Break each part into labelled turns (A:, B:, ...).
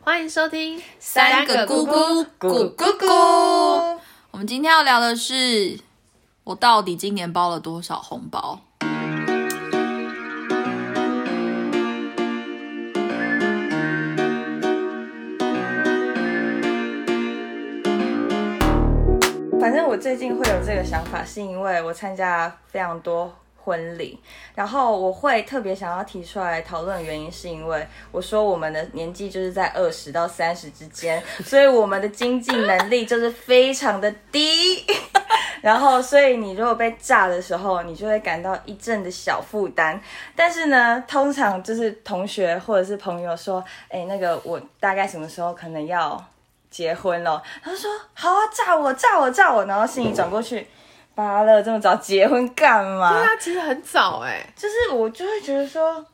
A: 欢迎收听
B: 三个咕咕咕咕咕。我们今天要聊的是，我到底今年包了多少红包？
C: 反正我最近会有这个想法，是因为我参加非常多婚礼，然后我会特别想要提出来讨论，原因是因为我说我们的年纪就是在二十到三十之间， 所以我们的经济能力就是非常的低。 然后，所以你如果被炸的时候，你就会感到一阵的小负担。但是呢，通常就是同学或者是朋友说，哎，那个我大概什么时候可能要结婚了？他就说好啊，炸我，炸我，炸我。然后心里转过去，巴勒这么早结婚干嘛？
A: 对啊，其实很早哎、
C: 就是我就会觉得说，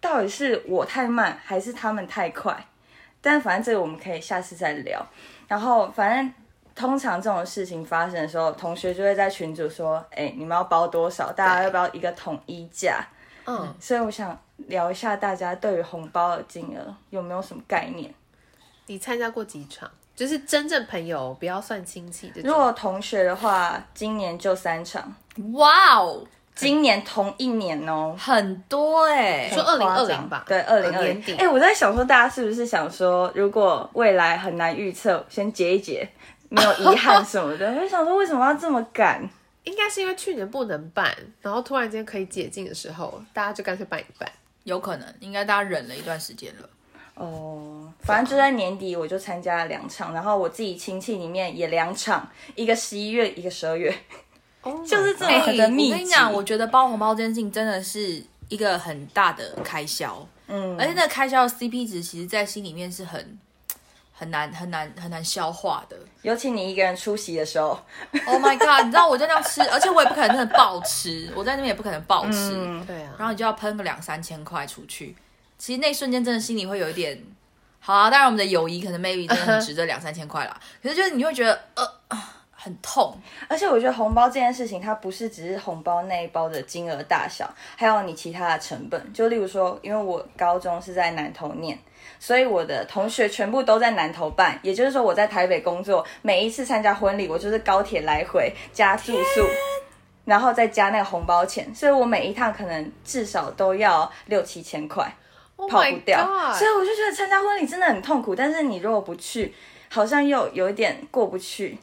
C: 到底是我太慢还是他们太快？但反正这个我们可以下次再聊。然后反正通常这种事情发生的时候，同学就会在群组说：“哎、你们要包多少？大家要不要一个统一价
A: 嗯？”，
C: 所以我想聊一下大家对于红包的金额有没有什么概念？
A: 你参加过几场？就是真正朋友，不要算亲戚这
C: 如
A: 种。
C: 果同学的话，今年就三场，
B: 哇哦，
C: 今年同一年哦、
B: 很多哎、
A: 说
C: 很夸张
A: 2020吧
C: 对，二零二
A: 年
C: 零
A: 底
C: 哎，我在想说，大家是不是想说，如果未来很难预测，先结一结，没有遗憾什么 的？我就想说，为什么要这么赶？
A: 应该是因为去年不能办，然后突然间可以解禁的时候，大家就干脆办一办。
B: 有可能应该大家忍了一段时间了。
C: 哦，反正就在年底，我就参加了两场，然后我自己亲戚里面也两场，一个十一月，一个十二月。
A: 哦，
C: 就是这种
B: 哎
C: 很
B: 我
C: 密集
B: 跟你讲，我觉得包红包这件事情真的是一个很大的开销，
C: 嗯，
B: 而且那个开销的 CP 值，其实在心里面是很很难很难很难消化 的。
C: 尤其你一个人出席的时候，
B: Oh my god！你知道我在那吃，而且我也不可能真的暴吃，我在那边也不可能暴吃，
C: 嗯，
A: 对啊，
B: 然后你就要喷个两三千块出去。其实那一瞬间真的心里会有一点，好啊，当然我们的友谊可 能 maybe 真的很值这两三千块啦，可是就是你会觉得呃啊很痛，
C: 而且我觉得红包这件事情，它不是只是红包那一包的金额大小，还有你其他的成本。就例如说，因为我高中是在南投念，所以我的同学全部都在南投办，也就是说我在台北工作，每一次参加婚礼，我就是高铁来回加住宿。然后再加那个红包钱，所以我每一趟可能至少都要六七千块，
A: Oh
C: 跑
A: my
C: 不掉。
A: God
C: 所以我就觉得参加婚礼真的很痛苦，但是你如果不去，好像又有一点过不去，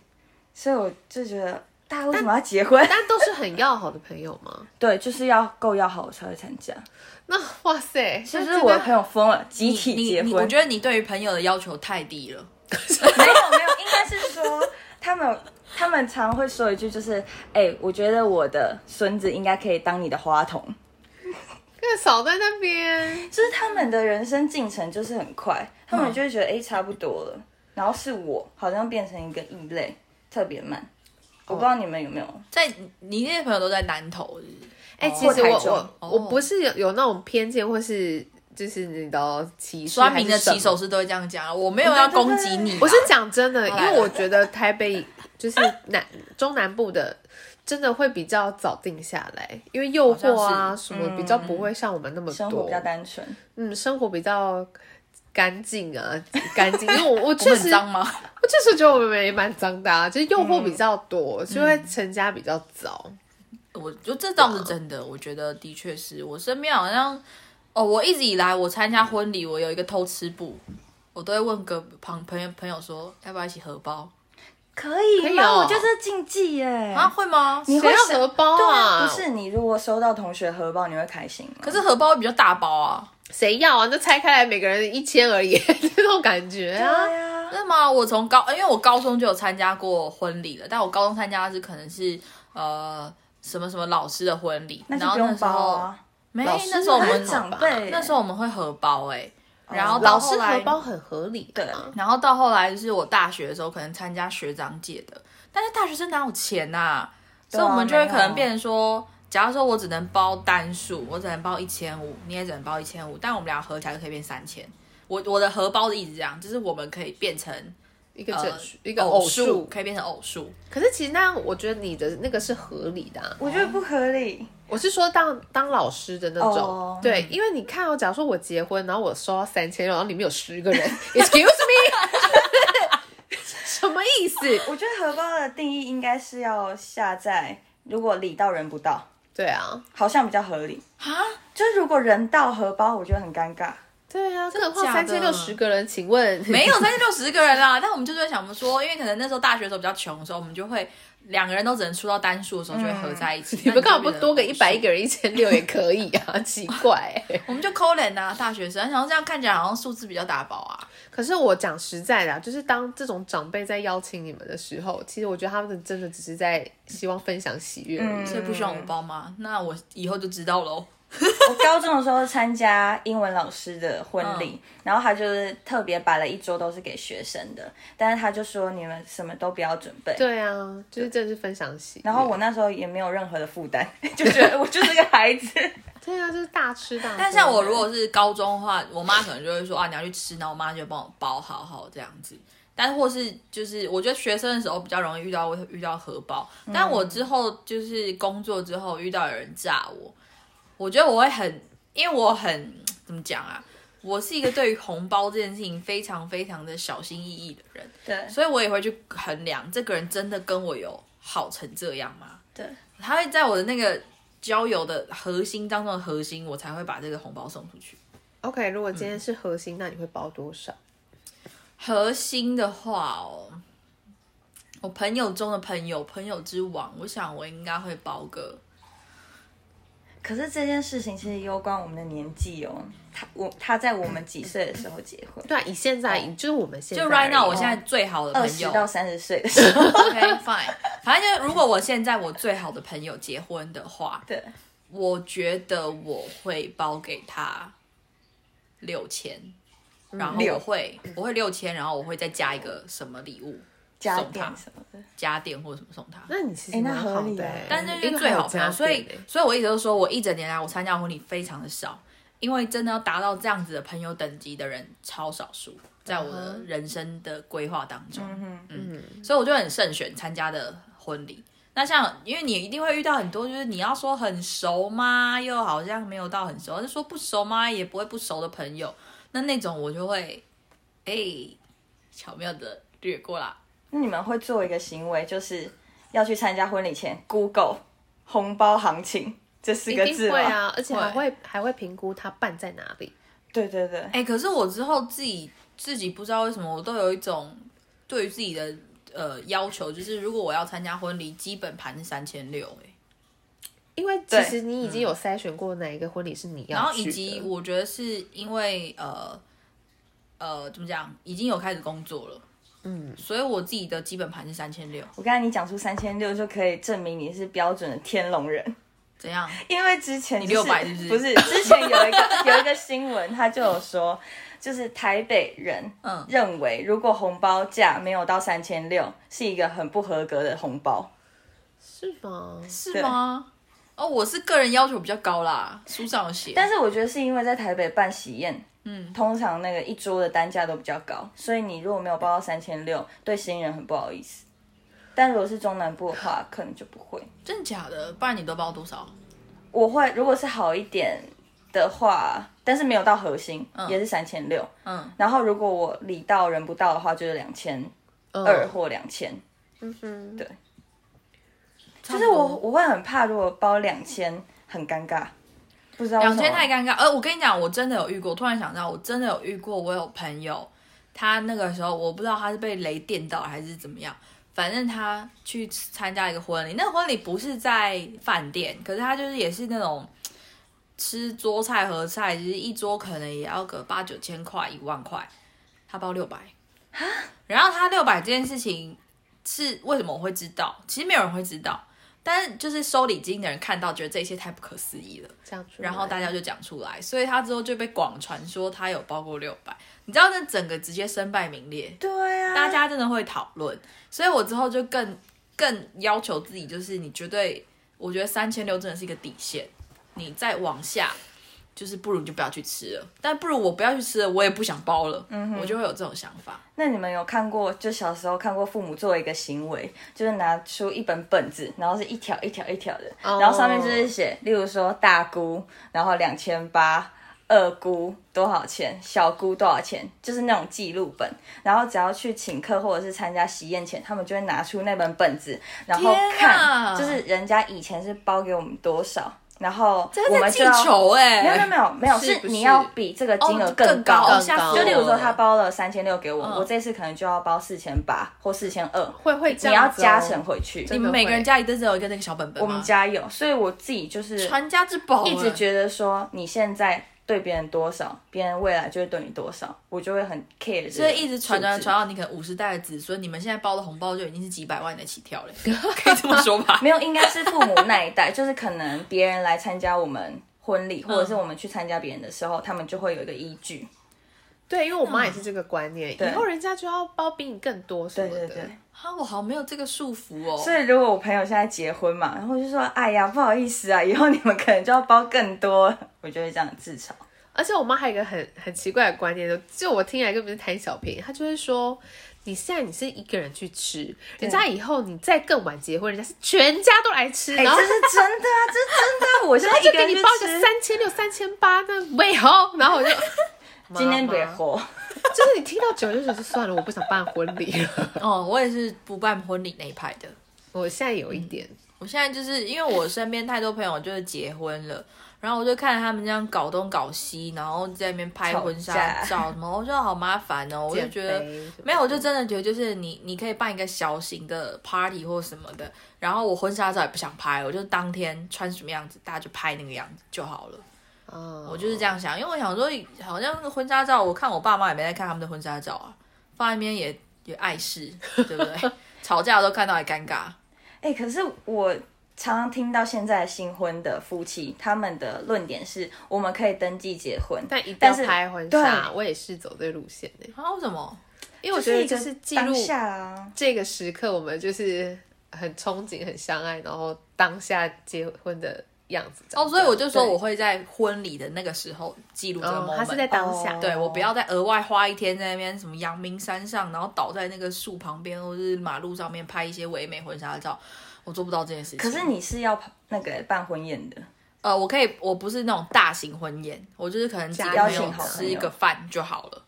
C: 所以我就觉得大家为什么要结婚？
A: 但都是很要好的朋友嘛。
C: 对，就是要够要好我才会参加。
A: 那哇塞，
C: 就
A: 其
C: 是我的朋友疯了，集体
B: 你
C: 结
B: 你
C: 婚。
B: 我觉得你对于朋友的要求太低了。
C: 没有没有，应该是说他们他们常会说一句，就是哎、我觉得我的孙子应该可以当你的花童。
A: 那少在那边，
C: 就是他们的人生进程就是很快，他们就会觉得哎、诶差不多了，然后是我好像变成一个异类，特别慢。我不知道你们有没有，
B: 在你那些朋友都在南投，是不是
A: 哎、其实
C: 或台
A: 我
C: 中
A: 我、我
C: 哦
A: 不是有有那种偏见，或是就是你知道歧视
B: 专
A: 还
B: 门
A: 是
B: 的
A: 什么
B: 起手是都会这样讲，啊我没有要攻击你啊，
A: 我是讲真的，因
B: 来
A: 为我觉得台北 就是南中南部的，真的会比较早定下来，因为诱惑啊
B: 好
A: 什么比较不会像我们那么
C: 生活
A: 多
C: 比较，单纯，
A: 嗯，生活比较干净 啊，干净。因为我我
B: 我
A: 确
B: 们
A: 实
B: 很脏啊嗯吗？
A: 我确实觉得我们也蛮脏的啊，就是诱惑比较多，就会成家比较早。
B: 我就这倒
C: 啊
B: 是真的，我觉得的确是我身边好像哦，我一直以来我参加婚礼，我有一个偷吃部，我都会问个旁朋友朋友说要不要一起荷包
C: 可以
A: 可以
C: 吗？
A: 哦
C: 我觉得这禁忌耶、
B: 啊？会吗？
C: 你会
A: 谁要
C: 想
A: 荷包啊
C: 对不是你如果收到同学荷包，你会开心吗？
B: 可是荷包会比较大包啊，
A: 谁要啊？那拆开来每个人一千而已， 这种感觉
C: 对
A: 啊。
C: 啊，
B: 真的吗？我从高，因为我高中就有参加过婚礼了，但我高中参加的是可能是呃什么什么老师的婚礼，
C: 那
B: 然后
C: 就不
B: 那
C: 用
B: 时
C: 包
B: 候、
C: 啊。
B: 没，
A: 老师
B: 那时候我
C: 还
B: 们
C: 是长辈
B: 那时候我们会荷包哎、
C: 哦
B: 然后到
A: 老师
B: 后来
A: 荷包很合理、啊，
C: 对
B: 然后到后来就是我大学的时候，可能参加学长姐的，但是大学生哪有钱呐、所以
A: 啊
B: 我们就会可能
C: 啊
B: 变成说，假如说我只能包单数，我只能包一千五，你也只能包一千五，但我们俩合起来就可以变三千。我我的荷包的意思是这样，就是我们可以变成
A: 一个
B: 呃
A: 整数、一个偶
B: 偶
A: 数。
B: 可以变成偶数，
A: 可是其实那样，我觉得你的那个是合理的、啊。
C: 我觉得不合理。
A: 我是说当当老师的那种
C: 哦
A: 对，
B: 嗯
A: 因为你看哦，假如说我结婚，然后我收到三千六，然后里面有十个人 ，excuse me，什么意思？
C: 我觉得荷包的定义应该是要下在如果礼到人不到，
A: 对啊，
C: 好像比较合理。
B: 啊，
C: 就是如果人到荷包，我觉得很尴 尬。
A: 对啊，更
B: 的
A: 何况
B: 假
A: 三
B: 的
A: 千六十个人，请问
B: 没有三千六十个人啦，但我们就是会想说，因为可能那时候大学的时候比较穷的时候，我们就会两个人都只能出到单数的时候就会合在一起。
A: 嗯 你们干嘛不
B: 那就变成
A: 多个一百，一
B: 偶
A: 个人一千六也可以啊？ 奇怪欸、
B: 数？我们就抠脸啊，大学生，然后这样看起来好像数字比较打薄啊。
A: 可是我讲实在的、啊，就是当这种长辈在邀请你们的时候，其实我觉得他们真的只是在希望分享喜悦而已。
B: 所以不希望我包吗？那我以后就知道喽。
C: 我高中的时候参加英文老师的婚礼，
B: 嗯
C: 然后他就是特别摆了一桌都是给学生的，但是他就说你们什么都不要准备。
A: 对啊，就是真的是分享喜悦。
C: 然后我那时候也没有任何的负 担，就觉得我就是个孩子。
A: 对啊，就是大吃大喝。
B: 但像我如果是高中的话，我妈可能就会说啊，你要去吃，然后我妈就帮我包好好这样子。但或是就是，我觉得学生的时候比较容易遇到会遇到荷包，但我之后就是工作之后遇到有人炸我，我觉得我会很，因为我很怎么讲啊，我是一个对于红包这件事情非常非常的小心翼翼的人，
C: 对
B: 所以我也会去衡量这个人真的跟我有好成这样吗？
C: 对，
B: 他会在我的那个交友的核心当中的核心，我才会把这个红包送出去。
A: OK，如果今天是核心，那你会包多少？？
B: 核心的话哦，我朋友中的朋友，朋友之王，我想我应该会包个，
C: 可是这件事情其实攸关我们的年纪哦。他我他在我们几岁的时候结婚
A: 对啊，以现在，以就是我们现在
B: 哦就
A: 而已，
B: right now 我现在最好的
C: 哦二
B: 朋
C: 十
B: 友
C: 到三十岁的时 候。
B: ，OK fine，反正就是如果我现在我最好的朋友结婚的话，
C: 对，
B: 我觉得我会包给他六千，然后我
C: 嗯六
B: 会我会六千，然后我会再加一个什么礼物，
C: 家
B: 送
C: 电
B: 他
C: 什么的。
B: 家电或者什么送他。
A: 那你其实
C: 哎那
A: 蛮好
C: 合理
A: 的
C: 啊
A: 欸，
B: 但是
A: 因
B: 因
A: 为
B: 为最
A: 还有
B: 好朋友，
A: 家
B: 所以
A: 庭欸
B: 所以我一直都说，我一整年来我参加的婚礼非常的少，因为真的要达到这样子的朋友等级的人超少数，在我
A: 嗯
B: 的人生的规划当中，
C: 嗯哼，
B: 所以我就很慎选参加的婚礼。那像，因为你一定会遇到很多，就是你要说很熟吗？又好像没有到很熟，就说不熟吗？也不会不熟的朋友，那那种我就会，哎、巧妙的略过啦。
C: 那你们会做一个行为，就是要去参加婚礼前 Google 红包行情这四
A: 一
C: 个
A: 定
C: 字
A: 会
C: 吗？
A: 啊，而且还会还会评估它办在哪里。
C: 对对对，
B: 哎、可是我之后自己自己不知道为什么，我都有一种对于自己的呃要求，就是如果我要参加婚礼，基本盘是三千六，哎，
A: 因为其
C: 对
A: 实你已经有筛选过哪一个婚礼是你要
B: 然后
A: 去
B: 以及
A: 的
B: 我觉得是因为呃呃怎么讲，已经有开始工作了，嗯，所以我自己的基本盘是三千六，
C: 我刚才你讲出三千六就可以证明你是标准的天龙人，
B: 怎样？
C: 因为之前、就是、
B: 你600是不是
C: 不是之前有一个 有一个新闻，他就有说，就是台北人
B: 嗯
C: 认为如果红包价没有到三千六，是一个很不合格的红包。
A: 是吗？
B: 是吗？哦，我是个人要求比较高啦，书上有写，
C: 但是我觉得是因为在台北办喜宴，嗯，通常那个一桌的单价都比较高，所以你如果没有报到三千六，对新人很不好意思。但如果是中南部的话，可能就不会。
B: 真的假的？不然你都包多少？
C: 我会如果是好一点的话，但是没有到核心，也是三千六。
B: 嗯，
C: 然后如果我礼到人不到的话，就是两千二
B: 哦
A: 嗯
C: 或两千。
A: 嗯哼，
C: 对，
B: 就
C: 就是我我会很怕，如果包两千很尴尬，不知道为什
B: 两
C: 么
B: 千太尴尬。呃，我跟你讲，我真的有遇过，突然想到，我真的有遇过，我有朋友，他那个时候我不知道他是被雷电到还是怎么样，反正他去参加一个婚礼，那个婚礼不是在饭店，可是他就是也是那种。吃桌菜合菜，就是一桌可能也要个八九千块、一万块，他包六百。然后他六百这件事情是为什么我会知道？其实没有人会知道，但是就是收礼金的人看到，觉得这一切太不可思议了。
A: 这样出来
B: 然后大家就讲出来，所以他之后就被广传说他有包过六百，你知道那整个直接身败名裂，
C: 对啊，
B: 大家真的会讨论，所以我之后就更更要求自己，就是你绝对，我觉得三千六真的是一个底线，你再往下，就是不如你就不要去吃了。但不如我不要去吃了，我也不想包了，嗯，我就会有这种想法。
C: 那你们有看过，就小时候看过父母做一个行为，就是拿出一本本子，然后是一条一条一条的，
B: 哦
C: 然后上面就是写，例如说大姑，然后两千八。二姑多少钱，小姑多少钱，就是那种记录本。然后只要去请客或者是参加喜宴前，他们就会拿出那本本子，然后
B: 天
C: 看，
B: 啊
C: 就是人家以前是包给我们多少，然后
B: 这
C: 我
B: 个在
C: 们
B: 记
C: 就要
B: 仇哎、
C: 没有没有没有没有，
B: 是
C: 是
B: 不
C: 你
B: 是
C: 要比这个金额
B: 哦更
C: 高。
A: 更
B: 吓死
A: 高
B: 我
C: 就
B: 了
C: 例如说，他包了三千六给我，我这次可能就要包四千八或四千二，
A: 会会这
C: 你要
A: 样子哦
C: 加成回去。
B: 你们每个人家里都只有一个那个小本本
C: 我
B: 吗，
C: 们家有，所以我自己就是
B: 传家之宝、
C: 一直
B: 得
C: 觉得说你现在对别人多少，别人未来就会对你多少，我就会很 care 这个数字。
B: 所以一直传传传到你可能五十代的子孙，你们现在包的红包就已经是几百万的起跳 了，可以这么说吧？
C: 没有，应该是父母那一 代，就是可能别人来参加我们婚礼，或者是
B: 嗯
C: 我们去参加别人的时候，他们就会有一个依据。
A: 对，因为我妈
B: 嗯
A: 也是这个观念，
C: 对
A: 以后人家就要包比你更多什
C: 对
A: 么的。
C: 对对。
B: 啊，我好没有这个束缚哦。
C: 所以如果我朋友现在结婚嘛，然后我就说，哎呀，不好意思啊，以后你们可能就要包更多 了，我就会这样自嘲。
A: 而且我妈还有一个很很奇怪的观念，就就我听来根本是贪小便宜，她就会说。你现在你是一个人去吃，人家以后你再更晚结婚，人家是全家都来吃，
C: 哎、
A: 然后
C: 这是真的啊， 这是真的啊、我现
A: 他
C: 在
A: 就
C: 一个
A: 给
C: 人
A: 你
C: 去
A: 包个
C: 吃，
A: 三千六、三千八，那为何？然后我就
C: 今天别
A: 妈妈
C: 活。
A: 就是你听到久了就觉得算了，我不想办婚礼了。
B: 哦，我也是不办婚礼那一派的。
A: 我现在有一点，
B: 我现在就是因为我身边太多朋友就是结婚了，然后我就看着他们这样搞东搞西，然后在那边拍
C: 吵
B: 婚纱
C: 架
B: 照什么，我觉得好麻烦哦。我就
A: 减
B: 觉得
A: 肥什么的
B: 没有，我就真的觉得就是你你可以办一个小型的 party 或什么的，然后我婚纱照也不想拍，我就当天穿什么样子大家就拍那个样子就好了。
A: 嗯，
B: 我就是这样想，因为我想说好像那个婚纱照，我看我爸妈也没在看他们的婚纱照啊，放在那边也也碍事，对不对？ 吵架都看到也尴尬。
C: 哎、可是我常常听到现在新婚的夫妻，他们的论点是我们可以登记结婚，
A: 但一定
C: 但
A: 要
C: 是
A: 拍婚
C: 对
A: 纱，我也是走这路线的，
B: 啊，为什么？
A: 因为我觉得
C: 一
A: 就
C: 个
A: 是记
C: 当
A: 录
C: 下啊。
A: 这个时刻，我们就是很憧憬、很相爱，然后当下结婚的样子。
B: 哦，所以我就说
C: 对
B: 我会在婚礼的那个时候记录这个
A: 哦
B: moment，、，
A: 他是在当下，
C: 哦
B: 对我不要再额外花一天在那边什么阳明山上，然后倒在那个树旁边或是马路上面拍一些唯美婚纱照，我做不到这件事情。
C: 可是你是要那个办婚宴的，
B: 呃，我可以，我不是那种大型婚宴，我就是可能几个
A: 家
B: 朋
A: 庭
B: 友
A: 好
B: 吃
C: 朋友
B: 一个饭就好了。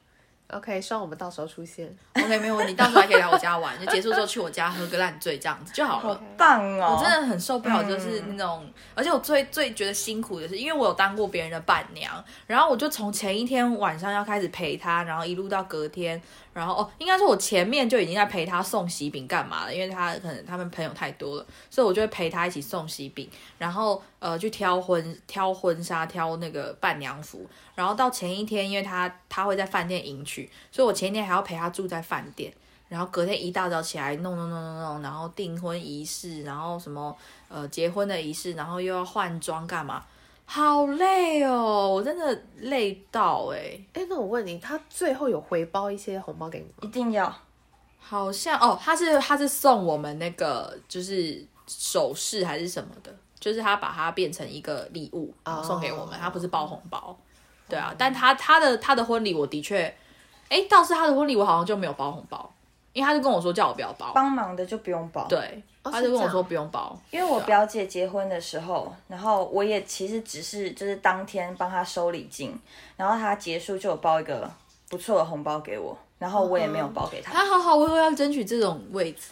A: OK，希望我们到时候出现。
B: OK，没有问题，到时候还可以来我家玩，就结束之后去我家喝个烂醉这样子就好
A: 嗯
B: 了。
C: 棒哦！
B: 我真的很受不了，就是那种，而且我最最觉得辛苦的是，因为我有当过别人的伴娘，然后我就从前一天晚上要开始陪她，然后一路到隔天，然后哦，应该说我前面就已经在陪她送喜饼干嘛了，因为她可能他们朋友太多了，所以我就会陪她一起送喜饼，然后呃去挑婚挑婚纱，挑那个伴娘服，然后到前一天，因为她她会在饭店迎娶，所以我前一天还要陪她住在饭店。然后隔天一大早起来弄弄弄弄弄，然后订婚仪式，然后什么呃结婚的仪式，然后又要换装干嘛，好累哦，我真的累到哎、
A: 哎，那我问你，他最后有回包一些红包给你吗？
C: 一定要
B: 好像哦，他是他是送我们那个就是首饰还是什么的，就是他把它变成一个礼物然后送给我们，
A: 哦
B: 他不是包红包，对啊，但他他的他的婚礼我的确，哎，倒是他的婚礼我好像就没有包红包，因为他就跟我说叫我不要包。
C: 帮忙的就不用包。
B: 对，他
A: 哦是
B: 就跟
A: 这
B: 我
A: 样
B: 说不用包，
C: 因为
A: 啊
C: 我表姐结婚的时候，然后我也其实只是就是当天帮她收礼金，然后她结束就有包一个不错的红包给我，然后我也没
A: 嗯
C: 有包给她，
B: 啊，好好，我以后要争取这种位置。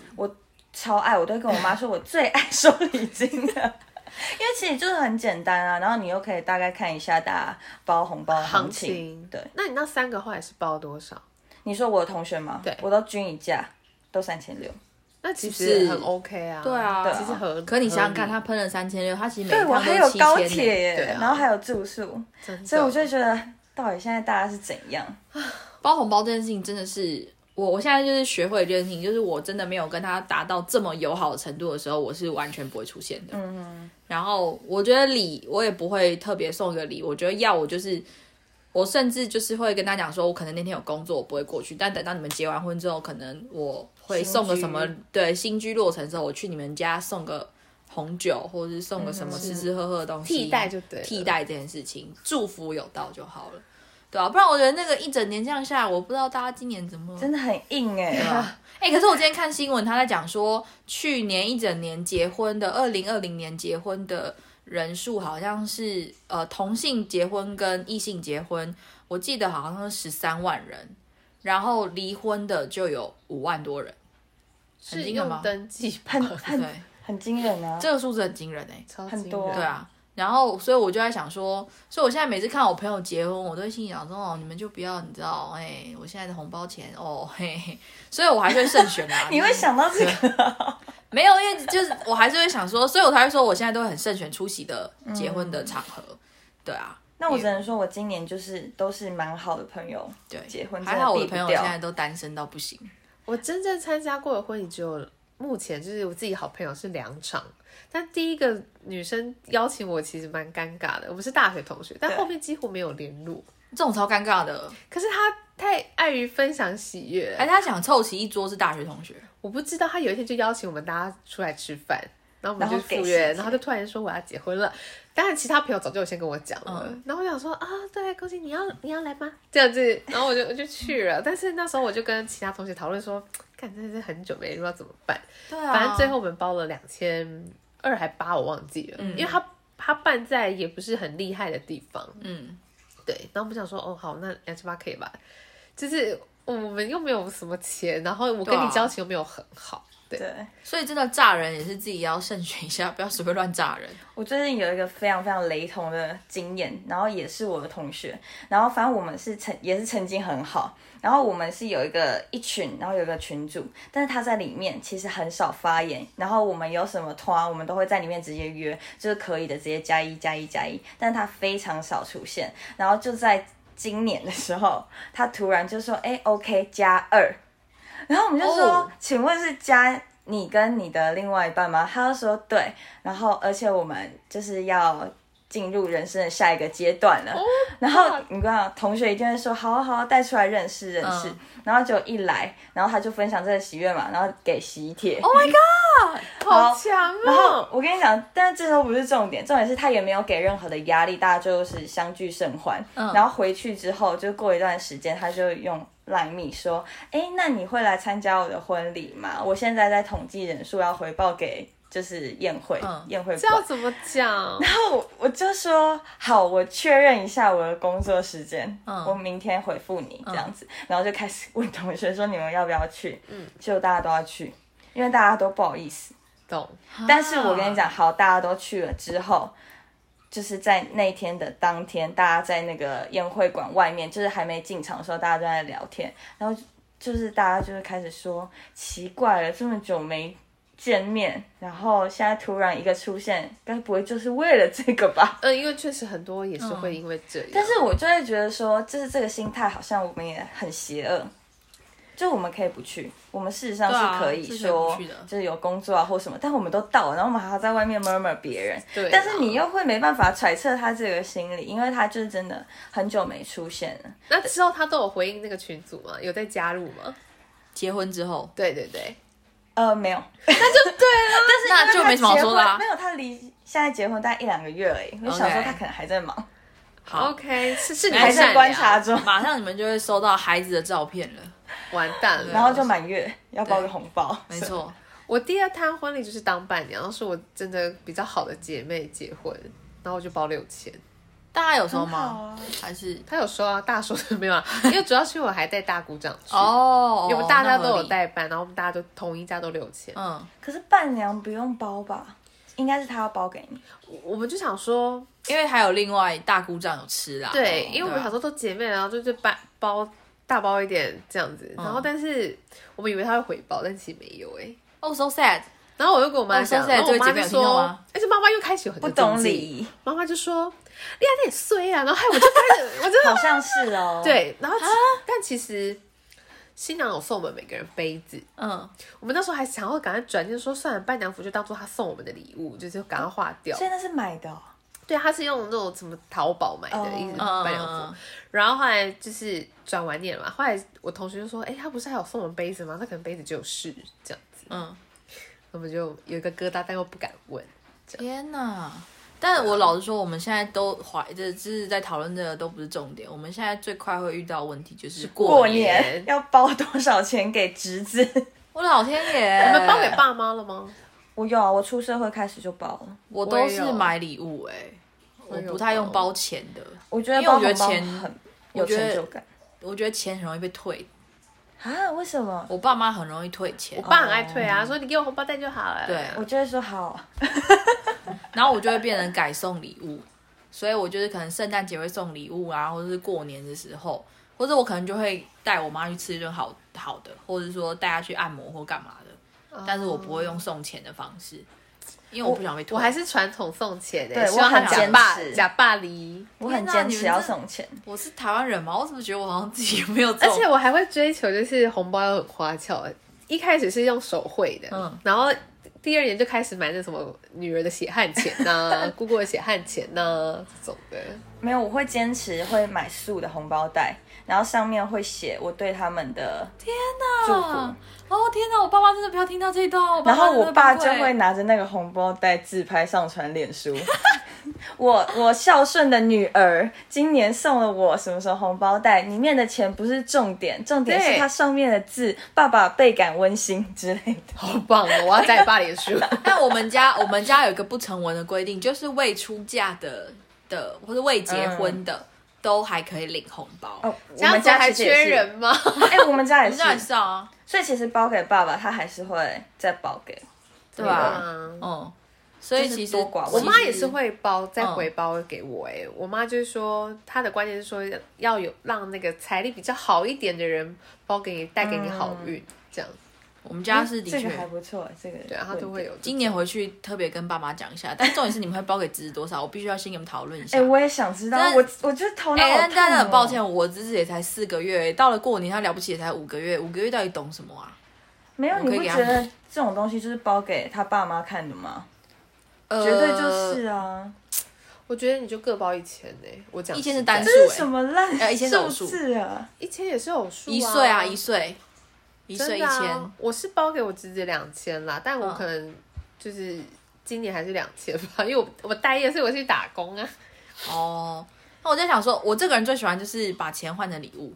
C: 超爱，我都会跟我妈说我最爱收礼金的。 因为其实就是很简单啊，然后你又可以大概看一下大家包红包的行
A: 行
C: 情。
A: 情
C: 对，，
A: 那你那三个后来是包多少？
C: 你说我的同学吗？
A: 对
C: 我都均一价，都三千六。
A: 那其
B: 是不
A: 实
B: 是
A: 很 OK 啊。
B: 对啊，
C: 对啊
A: 其实合。
B: 可你想想看，
A: 合理
B: 他喷了三千六，他其实每
C: 对
B: 一
C: 我
B: 趟
C: 还
B: 都
C: 有
B: 七
C: 高
B: 千
C: 铁
B: 耶。
C: 耶，
A: 对啊
C: 然后还有住宿，
A: 真的啊
C: 所以我就觉得到底现在大家是怎样？
B: 包红包这件事情真的是。我我现在就是学会一件事情，就是我真的没有跟他达到这么友好的程度的时候，我是完全不会出现的。嗯然后我觉得礼我也不会特别送一个礼，我觉得要我就是我甚至就是会跟他讲说，我可能那天有工作，我不会过去，但等到你们结完婚之后，可能我会送个什么
C: 新居
B: 对新居落成之后，我去你们家送个红酒，或者是送个什么吃吃喝喝的东西，
A: 替代就对了
B: 替代这件事情，祝福有到就好了，对啊，不然我觉得那个一整年这样下来，我不知道大家今年怎么
C: 真的很硬哎、
A: 啊
B: 哎、可是我今天看新闻，他在讲说，去年一整年结婚的，二零二零年结婚的人数好像是呃同性结婚跟异性结婚，我记得好像是十三万人，然后离婚的就有五万多人，
A: 是
B: 惊人吗
A: 用登记吧
C: 很
B: 对，
C: 很很惊人啊！
B: 这个数字很惊人哎、
A: 超
C: 很
A: 惊
C: 多
A: 人
B: 对啊。然后，所以我就在想说，所以我现在每次看我朋友结婚，我都会心里想说，哦，你们就不要，你知道，哎、我现在的红包钱，哦嘿嘿，所以我还是会慎选啊。
C: 你会想到这个，
B: 没有，因为就是我还是会想说，所以我才会说我现在都会很慎选出席的结婚的场合。对啊，
C: 那我只能说，我今年就是都是蛮好的朋友，
B: 对，
C: 结婚真
B: 还
C: 的
B: 好我的朋友
C: 避不
B: 现
C: 掉
B: 在都单身到不行。
A: 我真正参加过的婚礼只有目前就是我自己好朋友是两场，但第一个女生邀请我其实蛮尴尬的，我们是大学同学，但
C: 对
A: 后面几乎没有联络。
B: 这种超尴尬的，
A: 可是她太碍于分享喜悦
B: 而且
A: 了，
B: 他想凑齐一桌是大学同学，
A: 我不知道她有一天就邀请我们大家出来吃饭，然后我们就
C: 然后给
A: 赴约，
C: 信息
A: 然后就突然说我要结婚了。当然，其他朋友早就有先跟我讲了，然后我想说啊，对，恭喜你要你要来吗？这样子，然后我就我就去了。但是那时候我就跟其他同学讨论说，看真的是很久没联络，怎么办？
B: 对啊，
A: 反正
C: 哦
A: 最后我们包了两千二还八，我忘记了，
C: 嗯
A: 因为他他办在也不是很厉害的地方，
B: 嗯，
A: 对。然后我们想说，哦，好，那两千八可以吧？就是我们又没有什么钱，然后我跟
B: 对啊
A: 你交情又没有很好，对。
C: 对。
B: 所以真的炸人也是自己要慎选一下，不要随便乱炸人。
C: 我最近有一个非常非常雷同的经验，然后也是我的同学，然后反正我们是曾也是曾经很好，然后我们是有一个一群，然后有一个群组，但是他在里面其实很少发言，然后我们有什么啊团，我们都会在里面直接约，就是可以的直接加一加一加一，但他非常少出现，然后就在今年的时候，他突然就说，哎、o k 加二，然后我们就说
B: 哦
C: 请问是加你跟你的另外一半吗？他就说对，然后而且我们就是要进入人生的下一个阶段
B: 哦
C: 了。然后你跟我同学一定会说好啊好啊，带出来认识认识。
B: 嗯
C: 然后就一来，然后他就分享这个喜悦嘛，然后给喜帖。
B: Oh my god！
A: 好强
C: 然后
A: 哦！
C: 我跟你讲，但是这都不是重点，重点是他也没有给任何的压力，大家就是相聚甚欢。
B: 嗯
C: 然后回去之后，就过一段时间，他就用赖密说：“哎，那你会来参加我的婚礼吗？我现在在统计人数，要回报给就是宴会、
B: 嗯
C: 宴会
A: 这要
C: 馆。”
A: 怎么讲？
C: 然后 我我就说好，我确认一下我的工作时间，
B: 嗯
C: 我明天回复你这样子，然后就开始问同学说你们要不要去，嗯，结果大家都要去，因为大家都不好意思，
A: 懂？
C: 但是我跟你讲，好，大家都去了之后，就是在那天的当天，大家在那个宴会馆外面，就是还没进场的时候，大家都在聊天，然后就是大家就是开始说，奇怪了，这么久没见面，然后现在突然一个出现，该不会就是为了这个吧？
A: 嗯，因为确实很多也是会因为这样，
C: 嗯但是我就会觉得说，就是这个心态好像我们也很邪恶，就我们可以不去，我们事实上
B: 对啊
C: 是可以
B: 是可以
C: 说，
B: 不去的
C: 就是有工作啊或什么，但我们都到了，然后我们还要在外面 murmur 别人，
A: 对啦
C: 但是你又会没办法揣测他这个心理，因为他就是真的很久没出现了，
A: 那之后他都有回应那个群组吗？有在加入吗？
B: 结婚之后，
A: 对对对，
C: 呃，没 有，
B: 啊那就没什么好说的、
C: 因为他结婚
B: 啊
C: 没。有，他离现在结婚大概一两个月而已，我想说
B: OK
C: 他可能还在忙，
B: 好
A: OK，是是你
C: 还
A: 善
C: 在
A: 良
C: 观察，中，
B: 马上你们就会收到孩子的照片了，
A: 完蛋了。
C: 然后就满月要包个红包，
B: 没错。
A: 我第二摊婚礼就是当伴娘，是我真的比较好的姐妹结婚，然后我就包六千。
B: 大家有收吗？
C: 很好啊
B: 还是
A: 她有说啊，大说的没 有啊，因为主要是因为我还带大姑丈去，
B: 哦，
A: 因为我们大家
B: 那
A: 都
B: 合
A: 有
B: 理，
A: 代办，然后我们大家都同一家都六千、
B: 嗯，
C: 可是伴娘不用包吧？应该是他要包给你。
A: 我我们就想说，
B: 因为还有另外大姑丈有吃啦，
A: 对，
B: 哦
A: 因为我们想，说都姐妹，然后就就包包大包一点这样
B: 嗯
A: 子，然后但是我们以为她会回报，但其实没有哎、
B: 哦、so sad，
A: 然后我又跟我妈
B: 哦
A: 讲，
B: 所以
A: 然后我
B: 这
A: 妈
B: 位姐妹
A: 就
B: 有听到
A: 说
B: 吗，
A: 而且妈妈又开始有很多
C: 不懂
A: 经济
C: 礼仪，
A: 妈妈就说你有点衰啊，然后害我就开始， 我真的
C: 好像是哦。，
A: 对，然后其但其实新娘有送我们每个人杯子，
B: 嗯，
A: 我们那时候还想要赶快转念说，算了，伴娘服就当做她送我们的礼物，就是赶快化掉
C: 所。以那是买的哦、
A: 对，她是用那种什么淘宝买的
C: 哦
A: 一直
B: 嗯
A: 伴娘服，然后后来就是转完念嘛，后来我同学就说，哎，她不是还有送我们杯子吗？她可能杯子就有事这样子，
B: 嗯，
A: 我们就有一个疙瘩，但又不敢问。这样。
B: 天哪！但我老实说，我们现在都怀着就是在讨论这个都不是重点。我们现在最快会遇到的问题就是
C: 过
B: 过年。
C: 年要包多少钱给侄子？
B: 我老天爷！
A: 你们包给爸妈了吗？
C: 我有啊，我出社会开始就包了。
A: 我
B: 我都
A: 也
B: 是
A: 有
B: 买礼物哎、我不太用包钱的。
C: 我觉得
B: 因为我
C: 包
B: 觉得
C: 红包
B: 钱
C: 很有
B: 觉得
C: 成就感
B: 我觉得钱很容易被退，
C: 啊？为什么？
B: 我爸妈很容易退钱
A: 我，爸很爱退啊，说你给我红包袋就好了。
B: 哦对
C: 我就会说好，
B: 然后我就会变成改送礼物，所以我就是可能圣诞节会送礼物啊，或者是过年的时候，或者我可能就会带我妈去吃一顿好好的，或者说带她去按摩或干嘛的，但是我不会用送钱的方式，因为我不想被退。
A: 我还是传统送钱的、
C: 对
A: 希望他
C: 我很
A: 假爸
C: 坚持
A: 假爸离。
C: 我很
B: 天哪
C: 坚
B: 你
C: 持
B: 们
C: 要
B: 这
C: 送钱。
B: 我是台湾人嘛，我怎么觉得我好像自己没有这
A: 而
B: 种？
A: 且我还会追求，就是红包要很花俏。一开始是用手绘的，
B: 嗯
A: 然后第二年就开始买那什么女儿的血汗钱呐、 姑姑的血汗钱呐、这种的。
C: 没有，我会坚持会买素的红包袋，然后上面会写我对他们的天哪祝福
B: 啊。哦天哪！我爸妈真的不要听到这一段哦。
C: 然后我爸就
B: 真的崩溃
C: 会拿着那个红包袋自拍上传脸书。 我我孝顺的女儿今年送了我什么什么红包袋，里面的钱不是重点，重点
B: 对
C: 是它上面的字“爸爸倍感温馨”之类的。
A: 好棒哦！我要加你爸脸 书。
B: 但我们家我 们家有一个不成文的规定，就是未出嫁的的或者未结婚的、都还可以领红包。
C: 哦，我
A: 家
C: 们
A: 族
C: 家
A: 还
C: 其实也
A: 缺
C: 是，
A: 人吗？
C: 哎、我们家也
B: 你
C: 是
B: 这，还是啊，
C: 所以其实包给爸爸，他还是会再包给。
B: 对
A: 吧、
B: 吧？嗯，所以其实
C: 就是多寡
B: 其实
A: 啊我妈也是会包，再回包给我、欸。哎、我妈就是说，她的观念是说要有让那个财力比较好一点的人包给你，带给你好运，这样
B: 我们家是的
C: 这
B: 确
C: 个。还不错，这个对
A: 对，她都会有。
B: 今年回去特别跟爸妈讲一下，但重点是你们会包给侄子多少，我必须要先给你们讨论一下。
C: 哎、我也想知道，
B: 但
C: 我我觉得头脑
B: 哎、
C: 好
B: 但但
C: 痛
B: 是
C: 哦
B: 很抱歉，我侄子也才四个月，到了过年他了不起也才五个月，五个月到底懂什么啊？
C: 没有，
B: 可
C: 你
B: 以
C: 不
B: 给
C: 觉
B: 他
C: 得这种东西就是包给他爸妈看的吗？
B: 呃，
C: 绝对就是啊！
A: 我觉得你就各包一千呢、我讲
B: 一千
A: 实
B: 是单
A: 在
B: 数
C: 这是
B: 哎
C: 什 么烂
B: 呃一千是偶
C: 数
B: 数嗯
C: 字啊？
A: 一千也是有数、
B: 一岁啊，一岁，一岁
A: 真
B: 一
A: 的啊
B: 千。
A: 我是包给我侄子两千啦，但我
B: 嗯
A: 可能就是今年还是两千吧，因为我我待业，所以我去打工啊。
B: 哦，那我在想说，我这个人最喜欢就是把钱换成礼物。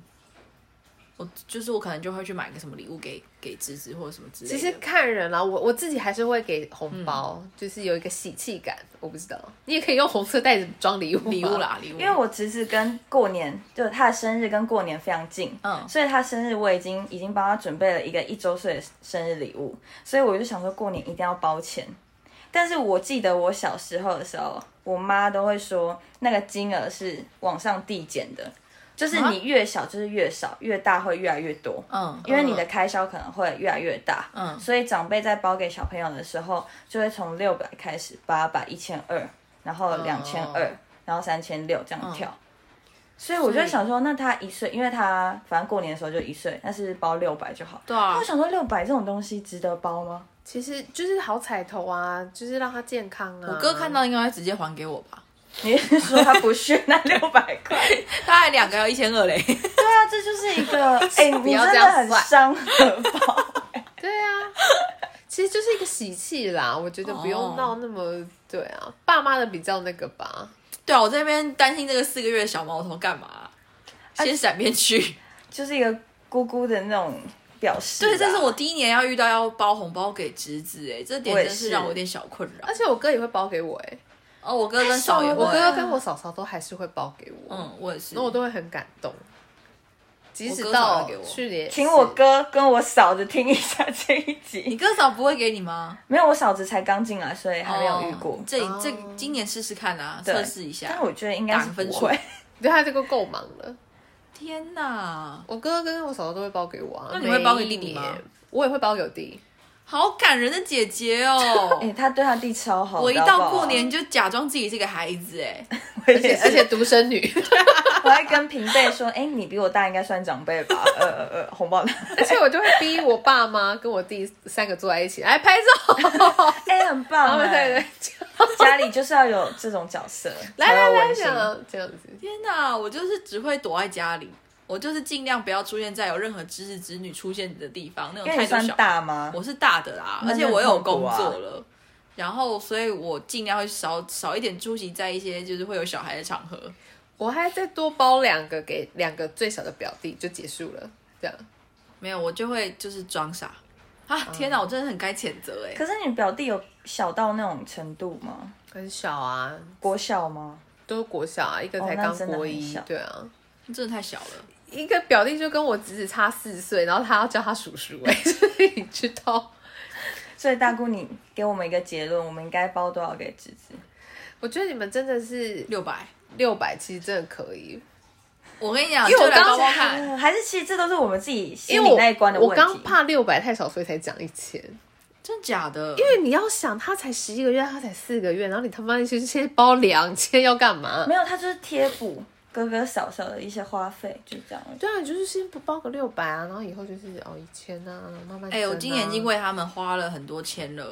B: 我就是我可能就会去买个什么礼物给给侄子或者什么之类的。
A: 其实看人啦，我我自己还是会给
B: 嗯
A: 红包，就是有一个喜气感。我不知道，你也可以用红色袋子装礼物，
B: 礼物。啦，礼物，
C: 因为我侄子跟过年，就是他的生日跟过年非常近，
B: 嗯
C: 所以他生日我已经已经帮他准备了一个一周岁的生日礼物，所以我就想说过年一定要包钱。但是我记得我小时候的时候，我妈都会说那个金额是往上递减的，就是你越小就是越少，越大会越来越多。
B: 啊嗯，
C: 因为你的开销可能会越来越大，
B: 嗯
C: 所以长辈在包给小朋友的时候，就会从六百开始，八百、一千二，然
B: 哦
C: 后两千二，然后三千六这样跳。
B: 嗯
C: 所以我就想说，那他一岁，因为他反正过年的时候就一岁，那是包六百就好。
B: 对啊
C: 那我想说，六百这种东西值得包吗？
A: 其实就是好彩头啊，就是让他健康啊。
B: 我哥看到应该会直接还给我吧，
C: 你是说他不屑那六百 块？
B: 他还两个要一千二嘞。
C: 对啊，这就是一个，哎、你
A: 要这
C: 真的
A: 样
C: 很
A: 算
C: 伤荷包。
A: 对啊，其实就是一个喜气啦。我觉得
B: 哦
A: 不用闹那么、对啊，爸妈的比较那个吧。
B: 对啊，我在那边担心这个四个月的小毛头干嘛、啊先闪边去。
C: 就是一个姑姑的那种表示吧。
B: 对，这是我第一年要遇到要包红包给侄子，哎，这点
C: 我也
B: 真是
C: 是
B: 让我有点小困扰
A: 而。且我哥也会包给我哎、
B: 哦，我哥跟嫂也
A: 我
B: 会，
A: 哥跟我嫂嫂都还是会包给我，
B: 嗯，我也是，
A: 那我都会很感动。即使
B: 我哥嫂也
A: 到
B: 给我
A: 去年，
C: 请我哥跟我嫂子听一下这一
B: 你
C: 集。
B: 哥嫂不会给你吗？
C: 没有，我嫂子才刚进来，所以还没有遇过。
B: 哦这
A: 哦
B: 这今年试试看啊，
C: 对
B: 测试一下
C: 但。我觉得应该是
B: 打分
C: 不
B: 数
C: 会。
A: 对他这个够忙了。
B: 天哪，
A: 我哥跟我嫂嫂都会包给我啊。
B: 那你会包给弟弟吗
A: 每一年？我也会包给我 弟。
B: 好感人的姐姐哦
C: 哎、！他对他弟超好。
B: 我一
C: 你知道不
B: 到
C: 好
B: 过，
C: 啊
B: 年就假装自己是个孩子哎，
C: 我
A: 而且
C: 也
A: 而
C: 是，
A: 且独生 女，
C: 我还跟平辈说，哎、你比我大，应该算长辈吧？呃呃呃，红 包拿。
A: 而且我就会逼我爸妈跟我弟三个坐在一起来拍 照，
C: 哎、很
A: 他
C: 棒、
A: 们在
C: 哎
A: 在讲
C: 家里就是要有这种角色，
A: 来来来
C: 才会温馨。
A: 讲这样子。
B: 天哪，我就是只会躲在家里，我就是尽量不要出现在有任何知识子女出现的地方，那种
C: 因为
B: 太
C: 你
B: 多
C: 算
B: 小。
C: 大吗？啊
B: 我是大的啦，
C: 那
B: 而且
C: 就很
B: 我有
C: 痛
B: 工
C: 苦啊
B: 作了。然后所以我尽量会少少一点出席在一些就是会有小孩的场合。
A: 我还再多包两个给两个最小的表弟就结束了，这样。
B: 没有，我就会就是装傻啊！天
C: 嗯
B: 哪，我真的很该谴责哎、
C: 可是你表弟有小到那种程度吗？
A: 很小啊，
C: 国小吗？
A: 都是国小啊，一个才
C: 哦那
A: 刚
C: 真的
A: 国
C: 很
A: 一，
C: 小
A: 对啊。
B: 真的太小了。
A: 一个表弟就跟我侄子差四岁，然后他要叫他叔叔、哎，所以你知道，
C: 所以大姑，你给我们一个结论，我们应该包多少给侄子？
A: 我觉得你们真的是
B: 六百，
A: 六百，其实真的可以，
B: 我跟你讲，
A: 因为我
B: 就来
A: 刚
B: 包包
A: 才
B: 看，
C: 嗯还是其实这都是我们自己
A: 因
C: 心
A: 为
C: 里那一关的
A: 我
C: 问
A: 我
C: 题。
A: 刚怕六百太少，所以才讲一千。
B: 真假的？
C: 啊
A: 因为你要想，他才十一个月，他才四个月，然后你他妈去先包两千要干嘛？
C: 没有，他就是贴补哥哥嫂嫂的一些花费，就这样而已。
A: 对啊，你就是先不包个六百啊，然后以后就是哦一千啊，然后慢慢、啊。
B: 哎、我今年已经为他们花了很多钱了，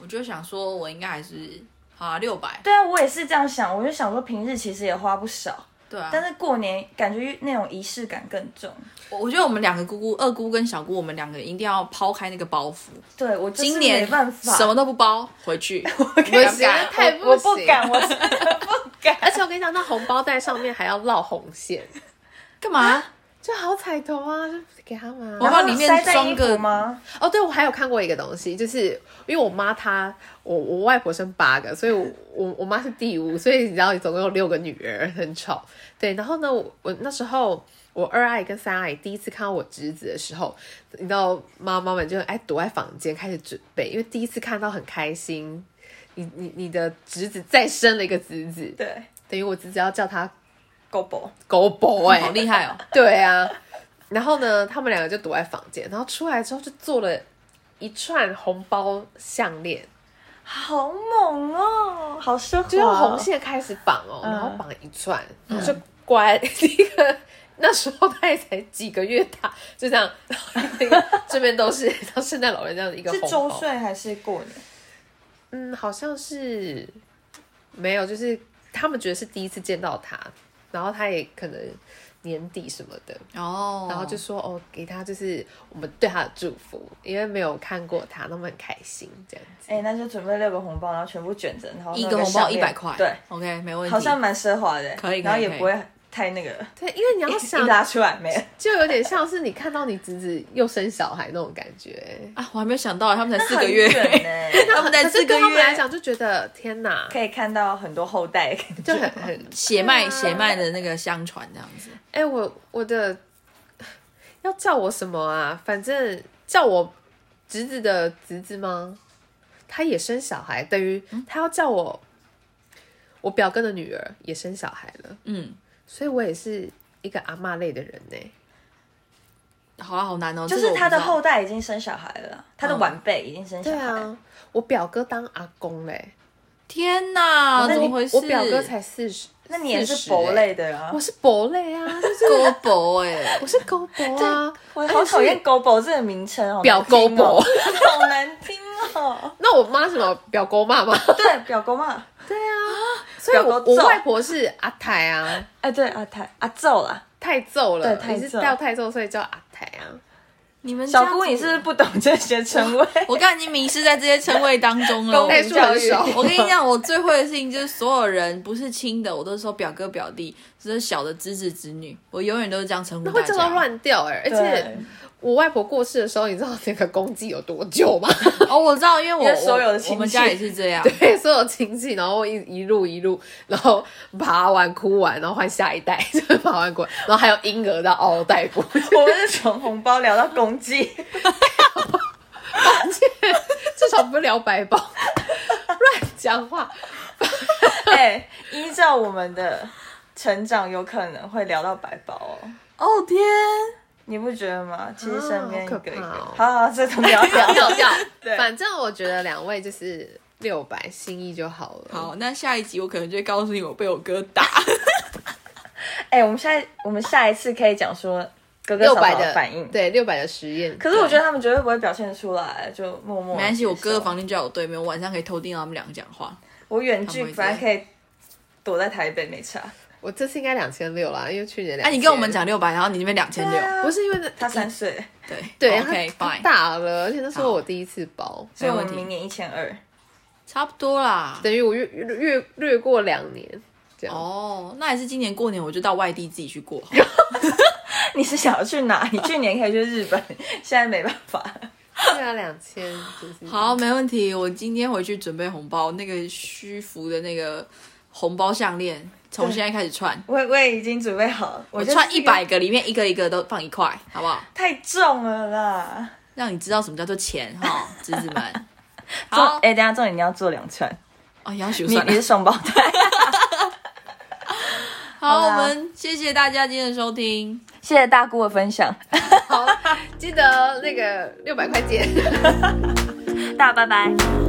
B: 我就想说，我应该还是好啊，六百，
C: 对啊，我也是这样想，我就想说平日其实也花不少，
B: 对啊。
C: 但是过年感觉那种仪式感更重。
B: 我我觉得我们两个姑姑，二姑跟小姑，我们两个一定要抛开那个包袱，
C: 对我就是
B: 今年
C: 没办法，
B: 什么都不包回 去，
A: 不行，太
C: 我
A: 不
C: 不
A: 行
C: 敢，我真的不
A: 而
C: 敢。
A: 且我跟你讲，那红包袋上面还要烙红线，
B: 干嘛？
A: 就好彩头啊，就给他们、啊。
B: 我
C: 然后
B: 里面
C: 塞在
B: 装
C: 衣
B: 个
C: 服吗？
A: 哦，对，我还有看过一个东西，就是因为我妈她，我我外婆生八个，所以我我我妈是第五，所以你知道总共有六个女儿，很吵。对，然后呢，我我那时候我二阿姨跟三阿姨第一次看到我侄子的时候，你知道妈妈们就哎躲在房间开始准备，因为第一次看到很开心。你你你的侄子再生了一个侄子，
C: 对，
A: 等于我侄子要叫他
C: 狗狗。
A: 狗 boy，
B: 好厉害哦！
A: 对啊，然后呢，他们两个就躲在房间，然后出来之后就做了一串红包项链，
C: 好猛哦，好奢华、哦，
A: 就用红线开始绑哦，
C: 嗯
A: 然后绑一串， 然后就挂在那个。那时候他也才几个月大，就这样，然后那个这边都是 像圣诞老人这样的一个
C: 是
A: 红
C: 周
A: 包
C: 岁还是过年？
A: 嗯，好像是没有，就是他们觉得是第一次见到他，然后他也可能年底什么的，
B: 哦，
A: 然后就说哦，给他就是我们对他的祝福，因为没有看过他，那么很开心这样子。
C: 哎、那就准备六个红包，然后全部卷着，然后
B: 一
C: 弄
B: 个红包
C: 项
B: 一
C: 链
B: 百块，
C: 对，
B: ，OK，没问题。
C: 好像蛮奢华的，
B: 可以可以
C: 然后也
B: 可以
C: 不会太那个，
A: 对，因为你要
C: 一
A: 想，
C: 拉出来没了，
A: 就有点像是你看到你侄子又生小孩那种感觉。
B: 啊，我还没有想到，他们才四个月，
C: 很远欸
B: 他们才
A: 可
B: 四
A: 是
B: 个
A: 对他们来
B: 月，
A: 讲，就觉得天哪，
C: 可以看到很多后代，感觉
A: 就 很很
B: 血脉
A: 对啊
B: 血脉的那个相传这样子。
A: 哎、我我的要叫我什么啊？反正叫我侄子的侄子吗？他也生小孩，等于他要叫我、我表哥的女儿也生小孩了。
B: 嗯，
A: 所以我也是一个阿嬷类的人呢。
B: 好啊，好难哦，这
C: 就
B: 个
C: 是
B: 我不
C: 他的
B: 知道
C: 后代已经生小孩了，他的晚辈已经生小
A: 对
C: 孩了。
A: 啊，我表哥当阿公嘞，
B: 天哪，
A: 那
B: 啊怎么
A: 你
B: 回事？
A: 我表哥才四十，
C: 那你也是
A: 40欸
C: 博类，的啊
A: 我？是伯类 啊，就是
B: 勾博 哎，
A: 我是狗伯啊，
C: 我好讨厌“狗狗”这个名称哦，
A: 表狗伯。
C: 好难听哦。
A: 那我妈什么表哥妈 妈？
C: 对，表狗嘛，
A: 对啊，所以我
C: 表哥
A: 我
C: 揍
A: 外婆是阿太啊，
C: 哎，对，阿太阿揍啦。
A: 太揍了，
C: 对太
A: 你是
C: 揍
A: 叫太揍，所以叫阿太啊。
B: 你们
C: 小
B: 家
C: 姑，
B: 族
C: 你是不是不懂这些称谓？
B: 我刚才已经迷失在这些称谓当中 了。
C: 公
B: 我
A: 代
C: 民
A: 数
C: 教
A: 很
C: 育
A: 少，
B: 我跟你讲，我最会的事情就是所有人不是亲的，我都是说表哥表弟，只是小的侄子侄女，我永远都是这样称呼
A: 那
B: 大
A: 会
B: 家
A: 叫。到乱掉哎、而且
C: 对
A: 我外婆过世的时候，你知道那个公祭有多久吗？
B: 哦，我知道，因为
C: 因
B: 我
C: 为所有的
B: 我
C: 亲戚
B: 我们家也是这样。
A: 对所有亲戚，然后一一路一路，然后爬完哭完，然后换下一代， 就是爬完过，然后还有婴儿到嗷代过，
C: 我们是从红包聊到公鸡，
A: 至少不是聊白包，乱讲话。
C: 哎，依照我们的成长，有可能会聊到百宝哦。
B: 哦天，
C: 你不觉得吗？其实身边一个一个，
A: 啊
B: 哦
A: 好可怕
C: 好好，这都不 要聊。
A: 掉掉
C: 对，
A: 反正我觉得两位就是六百心意就好了。
B: 好，那下一集我可能就会告诉你我被我哥打。
C: 哎、我们下一我们下一次可以讲说哥哥
A: 六
C: 嫂嫂
A: 百的
C: 反应。
A: 对六百的实验。
C: 可是我觉得他们绝对不会表现出来，就默默。
B: 没关系，我哥的，房间就在我对面，我晚上可以偷听到他们两个讲话。
C: 我远
B: 他
C: 距
B: 们会
C: 反正可以躲在台北没差。
A: 我这次应该两千六啦，因为去年两。
B: 哎、你跟我们，讲六百，然后你那边两千六，
A: 不是因为那
C: 他三岁，
B: 对
A: 对
B: 哦，OK，
A: 他
B: fine，
A: 大了，而且那时候
B: 好
A: 我第一次包。
C: 所以我
B: 没问
C: 们
B: 题
C: 明年一千二。
B: 差不多啦。
A: 等于我越越略过两年这样。
B: 哦，那也是今年过年我就到外地自己去过好了。
C: 你是想要去哪？你去年可以去日本， 现在没办法。
A: 对啊，两千就是
B: 好，没问题。我今天回去准备红包，那个虚浮的那个红包项链，从现在开始串。
C: 我我也已经准备好了，我
B: 我
C: 就
B: 串
C: 是
B: 一百个，里面一个一个都放一块，好 不好？
C: 太重了啦。
B: 让你知道什么叫做钱哈，侄子 们。
C: 重
B: 好，
C: 哎、等一下重点你要做两串，
B: 哦，要求
C: 你
B: 算
C: 你是
B: 了。
C: 双胞 胎。
B: 好，
C: 好
B: 我
C: 啦
B: 们谢谢大家今天的收听，
C: 谢谢大姑的分享，
A: 好，记得那个六百块钱。
C: 大家拜拜。